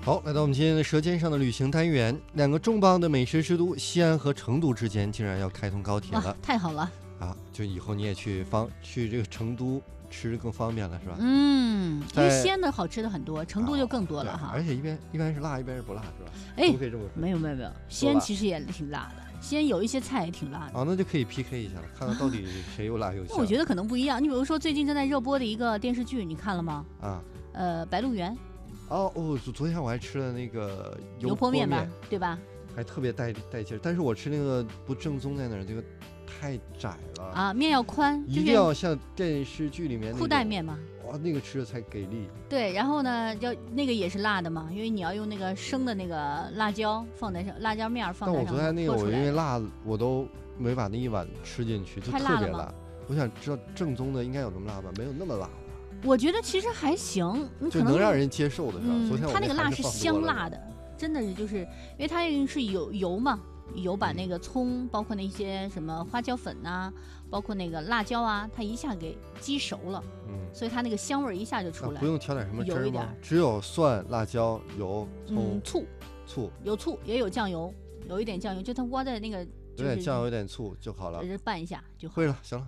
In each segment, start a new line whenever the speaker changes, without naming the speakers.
好，来到我们今天的《舌尖上的旅行》单元，两个重磅的美食之都西安和成都之间竟然要开通高铁
哇
了，
太好了，
啊！就以后你也去方去这个成都吃更方便了，是吧？
嗯，因为
啊在哦
西安的好吃的很多，成都就更多
对
了哈
而。且一边一边是辣，一边是不辣，是吧？
哎
都，可以这么说。
没有没有没有，西安
吧
其实也挺辣的，西安有一些菜也挺辣的。
啊，那就可以 PK 一下了，看看到底谁又辣又
那
香。
我觉得可能不一样。你比如说最近正在热播的一个电视剧，你看了吗？
得啊，
呃，《白鹿原》
哦哦，昨昨天我还吃了那个
油
泼
泼面吧，对吧？
还特别带带劲儿。但是我吃那个不正宗在哪儿，这个太窄了，
啊，面要宽，
一
就
定
是
要像电视剧里面那
裤带
种，
面嘛。
哇，那个吃着才给力。
对，然后呢，要那个也是辣的嘛，因为你要用那个生的那个辣椒放在上，辣椒面儿放
但
在
我
上
昨天那
面
个，
泼
我
出
因
来。
为辣，我都没把那一碗吃进去，就
太
特
辣
别
了吗
辣。我想知道正宗的应该有那么辣吧？没有那么辣，
我觉得其实还行，你
就
可能
能让
就
人接受的是吧？昨天
嗯，
我
它那个辣
还
是
放多
香
了
辣的，真的是就是因为它那个是油油嘛，油
嗯
把那个葱，包括那些什么花椒粉呐、包括那个辣椒啊，它一下给激熟了，
嗯，
所以它那个香味儿一下就出
那
来
不。用调点什么汁
有
儿
一
吗
点？
只有蒜、辣椒、油、葱
嗯，、醋
醋，
有醋也有酱油，有一点酱油，就它窝在那个
有
就
点
是
酱油，有点醋就好了。
呃拌一下就好。
会了，行了，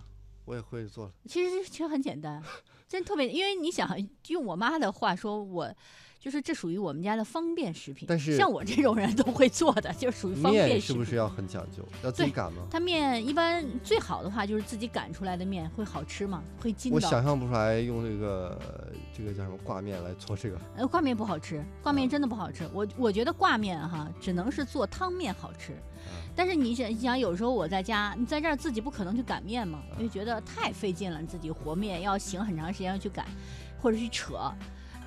我也会做了。
其实其实很简单，真特别，因为你想用我妈的话说，我就是这属于我们家的方便食品，
但是
像我这种人都会做的，就属于方便食
面
品。
是不是要很讲究？要自己擀吗？
它面一般最好的话就是自己擀出来的面会好吃吗？会筋
我
道。
想象不出来用这个这个叫什么挂面来做这个。
呃，挂面不好吃，挂面
嗯
真的不好吃。我我觉得挂面哈，只能是做汤面好吃。
嗯
但是你想你想，有时候我在家，你在这儿自己不可能去擀面嘛，
嗯
因为觉得太费劲了，你自己和面要醒很长时间去擀，或者去扯，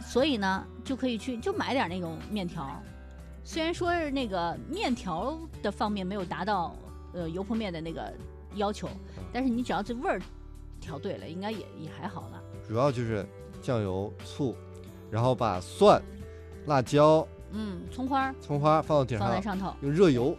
所以呢，就可以去就买点那种面条。虽然说是那个面条的方面没有达到呃油泼面的那个要求
嗯，
但是你只要这味儿调对了，应该也也还好了。
主要就是酱油、醋，然后把蒜、辣椒、
嗯，葱花儿
葱花放到顶
放在
上，
上头，
用热油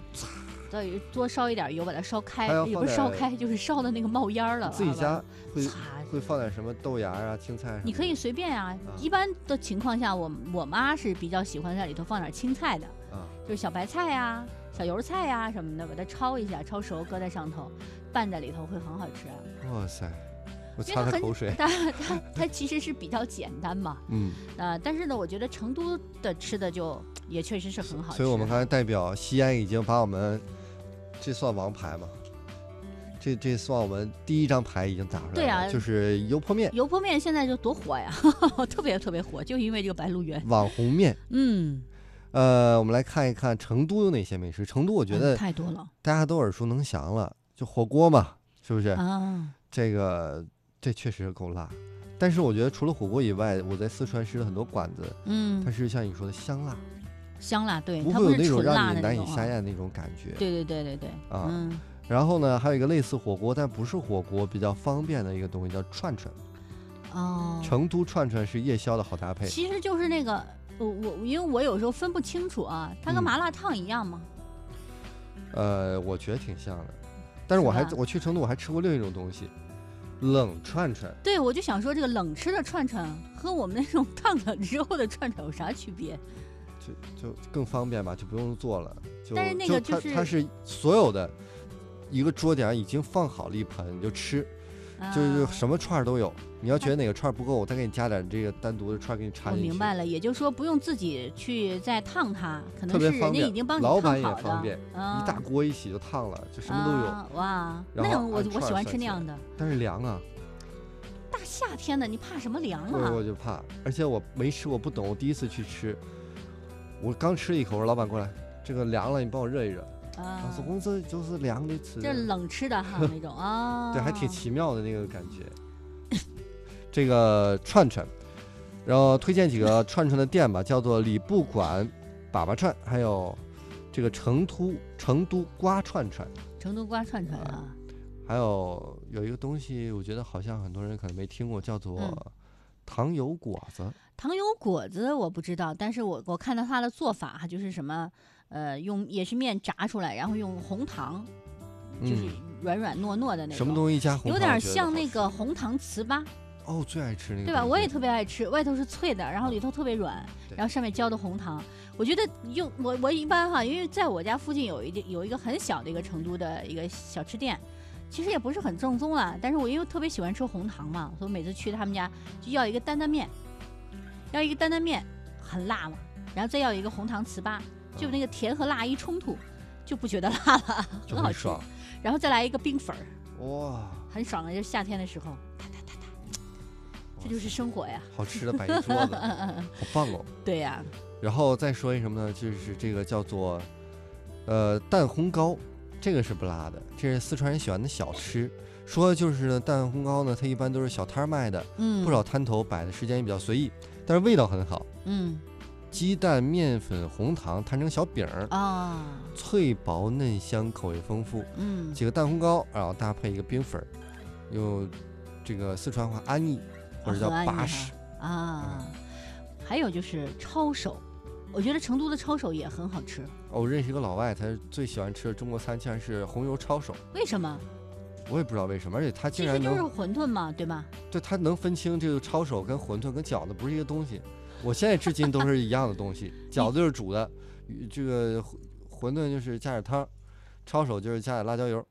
再多烧一点油把它烧开
还要，
也
放
不是烧
点
开，就是烧的那个冒烟儿了。
自己
好吧
家会
擦
会放点什么豆芽啊、青菜什么的。
你可以随便啊
啊，
一般的情况下，我我妈是比较喜欢在里头放点青菜的，
啊，
就是小白菜啊、小油菜啊什么的，把它焯一下，焯熟搁在上头，拌在里头会很好吃。啊
哇塞，我
因为
擦
它
擦
很
口水，。
它它它其实是比较简单嘛，
嗯，
啊，但是呢，我觉得成都的吃的就也确实是很好吃。
所以我们刚才代表西安已经把我们，这算王牌吗？这这算我们第一张牌已经打出来了，
对啊
就是油泼面、
油泼面现在就多火呀， 特别特别火，就因为这个白鹿原。
网红面。
嗯，
呃，我们来看一看成都有哪些美食。成都我
我
觉得
嗯太多了
大家都耳熟能详了，就火锅嘛，是不是？
啊，
这个这确实够辣。但是我觉得除了火锅以外，我在四川吃了很多馆子，它
嗯，
是像你说的香辣，
香辣，对，
不
嗯它
会有
是
那种
纯辣
让你
的那
难以
种
下
啊。
咽的那种感觉。
对对对对对，
啊
嗯，
然后呢，还有一个类似火锅但不是火锅，比较方便的一个东西叫串串。
哦，
成都串串是夜宵的好搭配。
其实就是那个，我我因为我有时候分不清楚啊，它跟
嗯
麻辣烫一样吗？
呃，我觉得挺像的，但是我还
是吧
我去成都我还吃过另一种东西，冷串串。
对，我就想说这个冷吃的串串和我们那种烫了之后的串串有啥区别？
就就更方便吧，就不用做了。就
但是那个
就
就
它它是所有的一个桌点儿已经放好了一盆，你就吃，就是
啊
什么串儿都有。你要觉得哪个串儿不够，我再给你加点这个单独的串儿给你插
我
进去。
明白了，也就是说不用自己去再烫它，可
特
能
别
是人
方
家
便
已经帮你
老
烫
板也
好的，
方便
啊、
一大锅一起就烫了，就什么都有，
啊哇，
然
那
后
种我
按
我
串
喜欢
涮
吃那
起来
样的，
但是凉啊，
大夏天的你怕什么凉
所以
啊？
我就怕。而且我没吃，我不懂，我第一次去吃，我刚吃了一口，我说老板过来，这个凉了，你帮我热一热。啊，
啊
总，公司就是凉的吃。
这是冷吃 的哈那种啊，
对，还挺奇妙的那个感觉。 这个串串，然后推荐几个串串的店吧，叫做礼部馆粑粑串，还有这个成都成都瓜串串，
成都瓜串串
啊
啊，
还有有一个东西，我觉得好像很多人可能没听过，叫做
嗯
糖油果子。
糖油果子我不知道，但是我我看到它的做法哈就是什么，呃，用也是面炸出来，然后用红糖，就是
嗯，
软软糯糯的那种，
什么东西加红糖？
有点像那
个
个红糖糍粑，
哦，最爱吃那个，
对吧？我也特别爱吃，外头是脆的，然后里头特别软，
嗯对
然后上面浇的红糖。我觉得用我我一般哈，因为在我家附近有一地有一个很小的一个成都的一个小吃店，其实也不是很正宗啦，但是我因为特别喜欢吃红糖嘛，所以每次去他们家就要一个担担面，要一个担担面很辣嘛，然后再要一个红糖糍粑，
嗯
就那个甜和辣一冲突就不觉得辣 了，
就
很好
很
吃。
爽，
然后再来一个冰粉儿，
哇，
很爽的，就是夏天的时候，哒哒哒哒，这就是生活呀。
好吃的摆一桌 子，好棒哦。
对呀、
然后再说一什么呢？就是这个叫做，呃，蛋烘糕，这个是不辣的，这是四川人喜欢的小吃。说就是呢，蛋烘糕呢，它一般都是小摊儿卖的，
嗯，
不少摊头摆的时间也比较随意，但是味道很好。
嗯
鸡蛋、面粉、红糖摊成小饼儿，
啊，
脆薄嫩香，口味丰富。
嗯
几个蛋烘糕，然后搭配一个冰粉儿，用这个四川话安逸或者叫
哦
嗯
很安逸
巴
哈
式，
啊，还有就是抄手，我觉得成都的抄手也很好吃，
哦，我认识一个老外，他最喜欢吃的中国餐竟然是红油抄手，
为什么？
我也不知道为什么，而且他竟
其实
然
就是
能，
馄饨嘛，对吧？
对他能分清这个抄手跟馄饨跟饺子不是一个东西。我现在至今都是一样的 东西，饺子就是煮的，与这个馄馄饨就是加点汤儿，抄手就是加点辣椒油。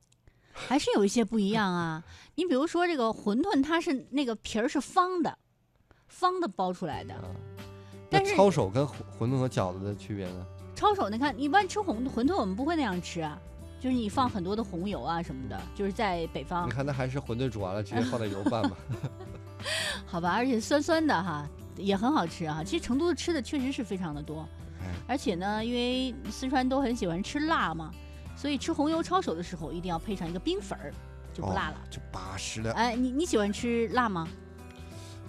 还是有一些不一 样啊。你比如说这个馄饨，它是那个皮儿是方的，方的包出来的。
啊，那
但是
抄手跟馄馄饨和饺子的区别呢？
抄手，你看，一般吃馄馄饨我们不会那样吃啊，就是你放很多的红油啊什么的，就是在北方
你，看，那还是馄饨煮完了直接放点油拌吧。
好吧，而且酸酸的哈，也很好吃啊。其实成都的吃的确实是非常的多
哎，
而且呢，因为四川都很喜欢吃辣嘛，所以吃红油抄手的时候一定要配上一个冰粉儿，就不
哦
辣了。
就巴适了。
哎，你你喜欢吃辣吗？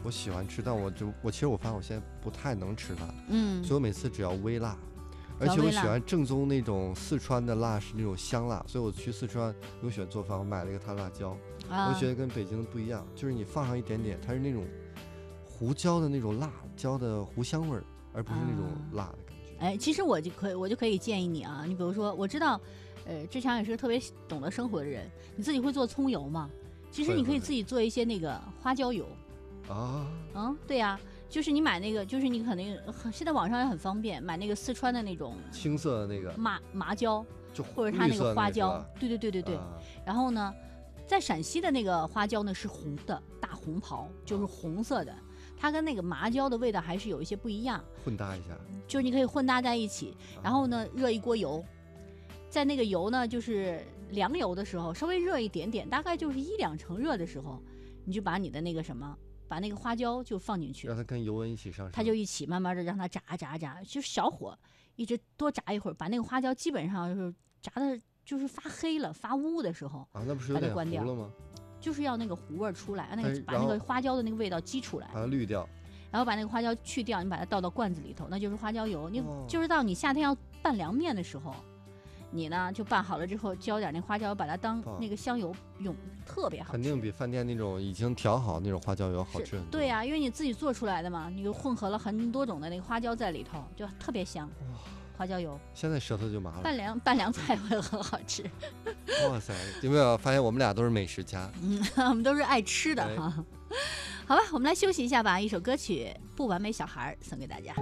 我喜欢吃，但我就我其实我发现我现在不太能吃辣，
嗯
所以我每次只要微辣，而
只要
且我
微
喜
辣
欢正宗那种四川的辣是那种香辣，所以我去四川有选做饭，我买了一个炭辣椒，我
啊
觉得跟北京的不一样，就是你放上一点点，它是那种胡椒的那种辣椒的胡香味儿，而不是那种
啊
辣的感觉。
哎，其实我就可以，我就可以建议你啊，你比如说，我知道，呃，志强也是个特别懂得生活的人，你自己会做葱油吗？其实
会
你可
会
以
会
自己做一些那个花椒油，
啊，
嗯，对呀、就是你买那个，就是你肯定很现在网上也很方便，买那个四川的那种
青色的那个
麻麻椒
就
嗯或者它
绿
那
色的
个花
是
椒
吧，
对对对对对。
啊
然后呢，在陕西的那个花椒呢是红的，大红袍就是红色的，它跟那个麻椒的味道还是有一些不一样，
混搭一下，啊
就是你可以混搭在一起。嗯然后呢，热一锅油，在那个油呢，就是凉油的时候，稍微热一点点，大概就是一两成热的时候，你就把你的那个什么，把那个花椒就放进去
让，它跟油温一起上升，
它就一起慢慢的让它炸炸炸，就是小火一直多炸一会儿，把那个花椒基本上就是炸的，就是发黑了、发乌的时候，
啊，那不是有
把它
点糊
关掉
了吗？
就是要那个糊味儿出来，
但
那个
是
把
哎然
那
后
个花椒的那个味道激出来
把，它滤掉，
然后把那个花椒去掉，你把它倒到罐子里头，那就是花椒油。你
哦
就是到你夏天要拌凉面的时候，你呢就拌好了之后浇点那花椒，把它当
哦
那个香油用，特别好
肯定比饭店那种已经调好那种花椒油好
是
吃很多。
对呀、因为你自己做出来的嘛，你就混合了很多种的那个花椒在里头，就特别香。花椒油
现在舌头就麻了。
拌凉拌凉菜会很好吃，
哇塞，有没有发现我们俩都是美食家？
我们都是爱吃的
哎
哈。好吧，我们来休息一下吧，一首歌曲《不完美小孩》送给大家。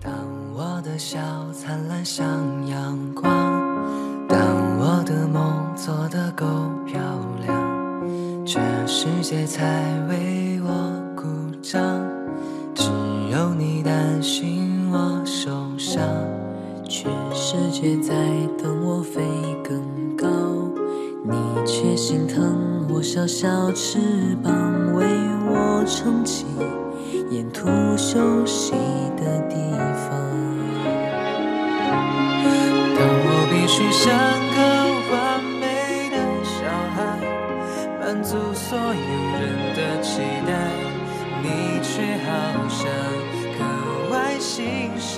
当我的笑灿烂像阳光，当我的梦做得够漂亮，这世界才为我鼓掌。只有你担心我受伤，全世界在等我飞更高，你却心疼我小小翅膀为我撑起。沿途休息的地方。当我必须像个完美的小孩，满足所有人的期待，你却好像格外欣赏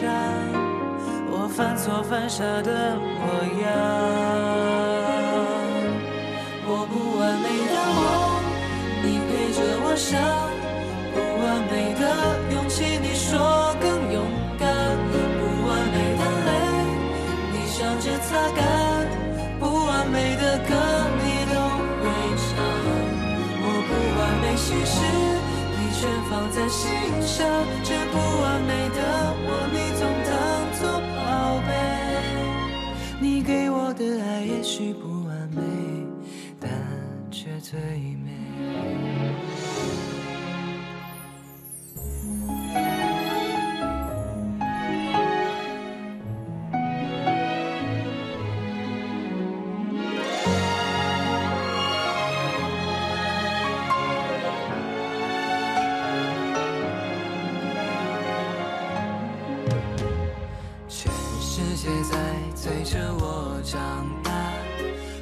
我犯错犯傻的模样。我不完美的我，你配想不完美的勇气，你说更勇敢；不完美的泪，你笑着擦干；不完美的歌，你都会唱。我不完美心事，你全放在心上。这不完美的我，你总当作宝贝。你给我的爱也许不完美，但却最美。全世界在催着我长大，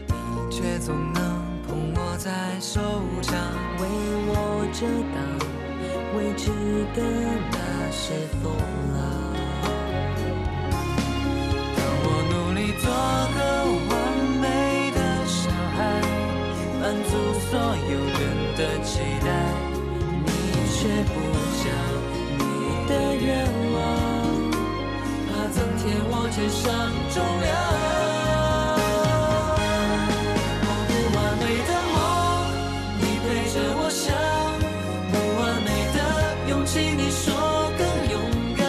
你却总能捧我在手掌，为我遮挡未知的那些风浪。当我努力做个完美的小孩，满足所有人的期待，你却不讲你的愿望，怕增添我肩上重量。我不完美的梦，你陪着我想；不完美的勇气，你说更勇敢；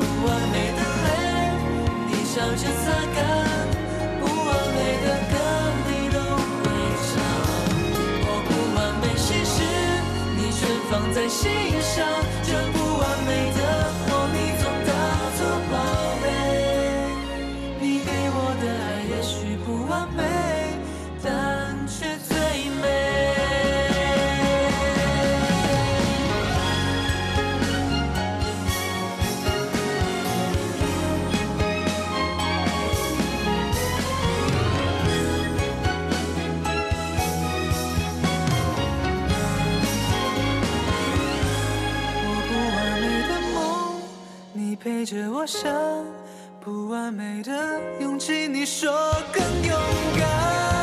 不完美的泪，你笑着擦干；不完美的歌，你都会唱。我不完美心事，你全放在心上。这不完美的我，你总当作宝贝。你给我的爱也许不完美，但却最美。我不完美的梦，你陪着我想；不完美的勇气，你说更勇敢。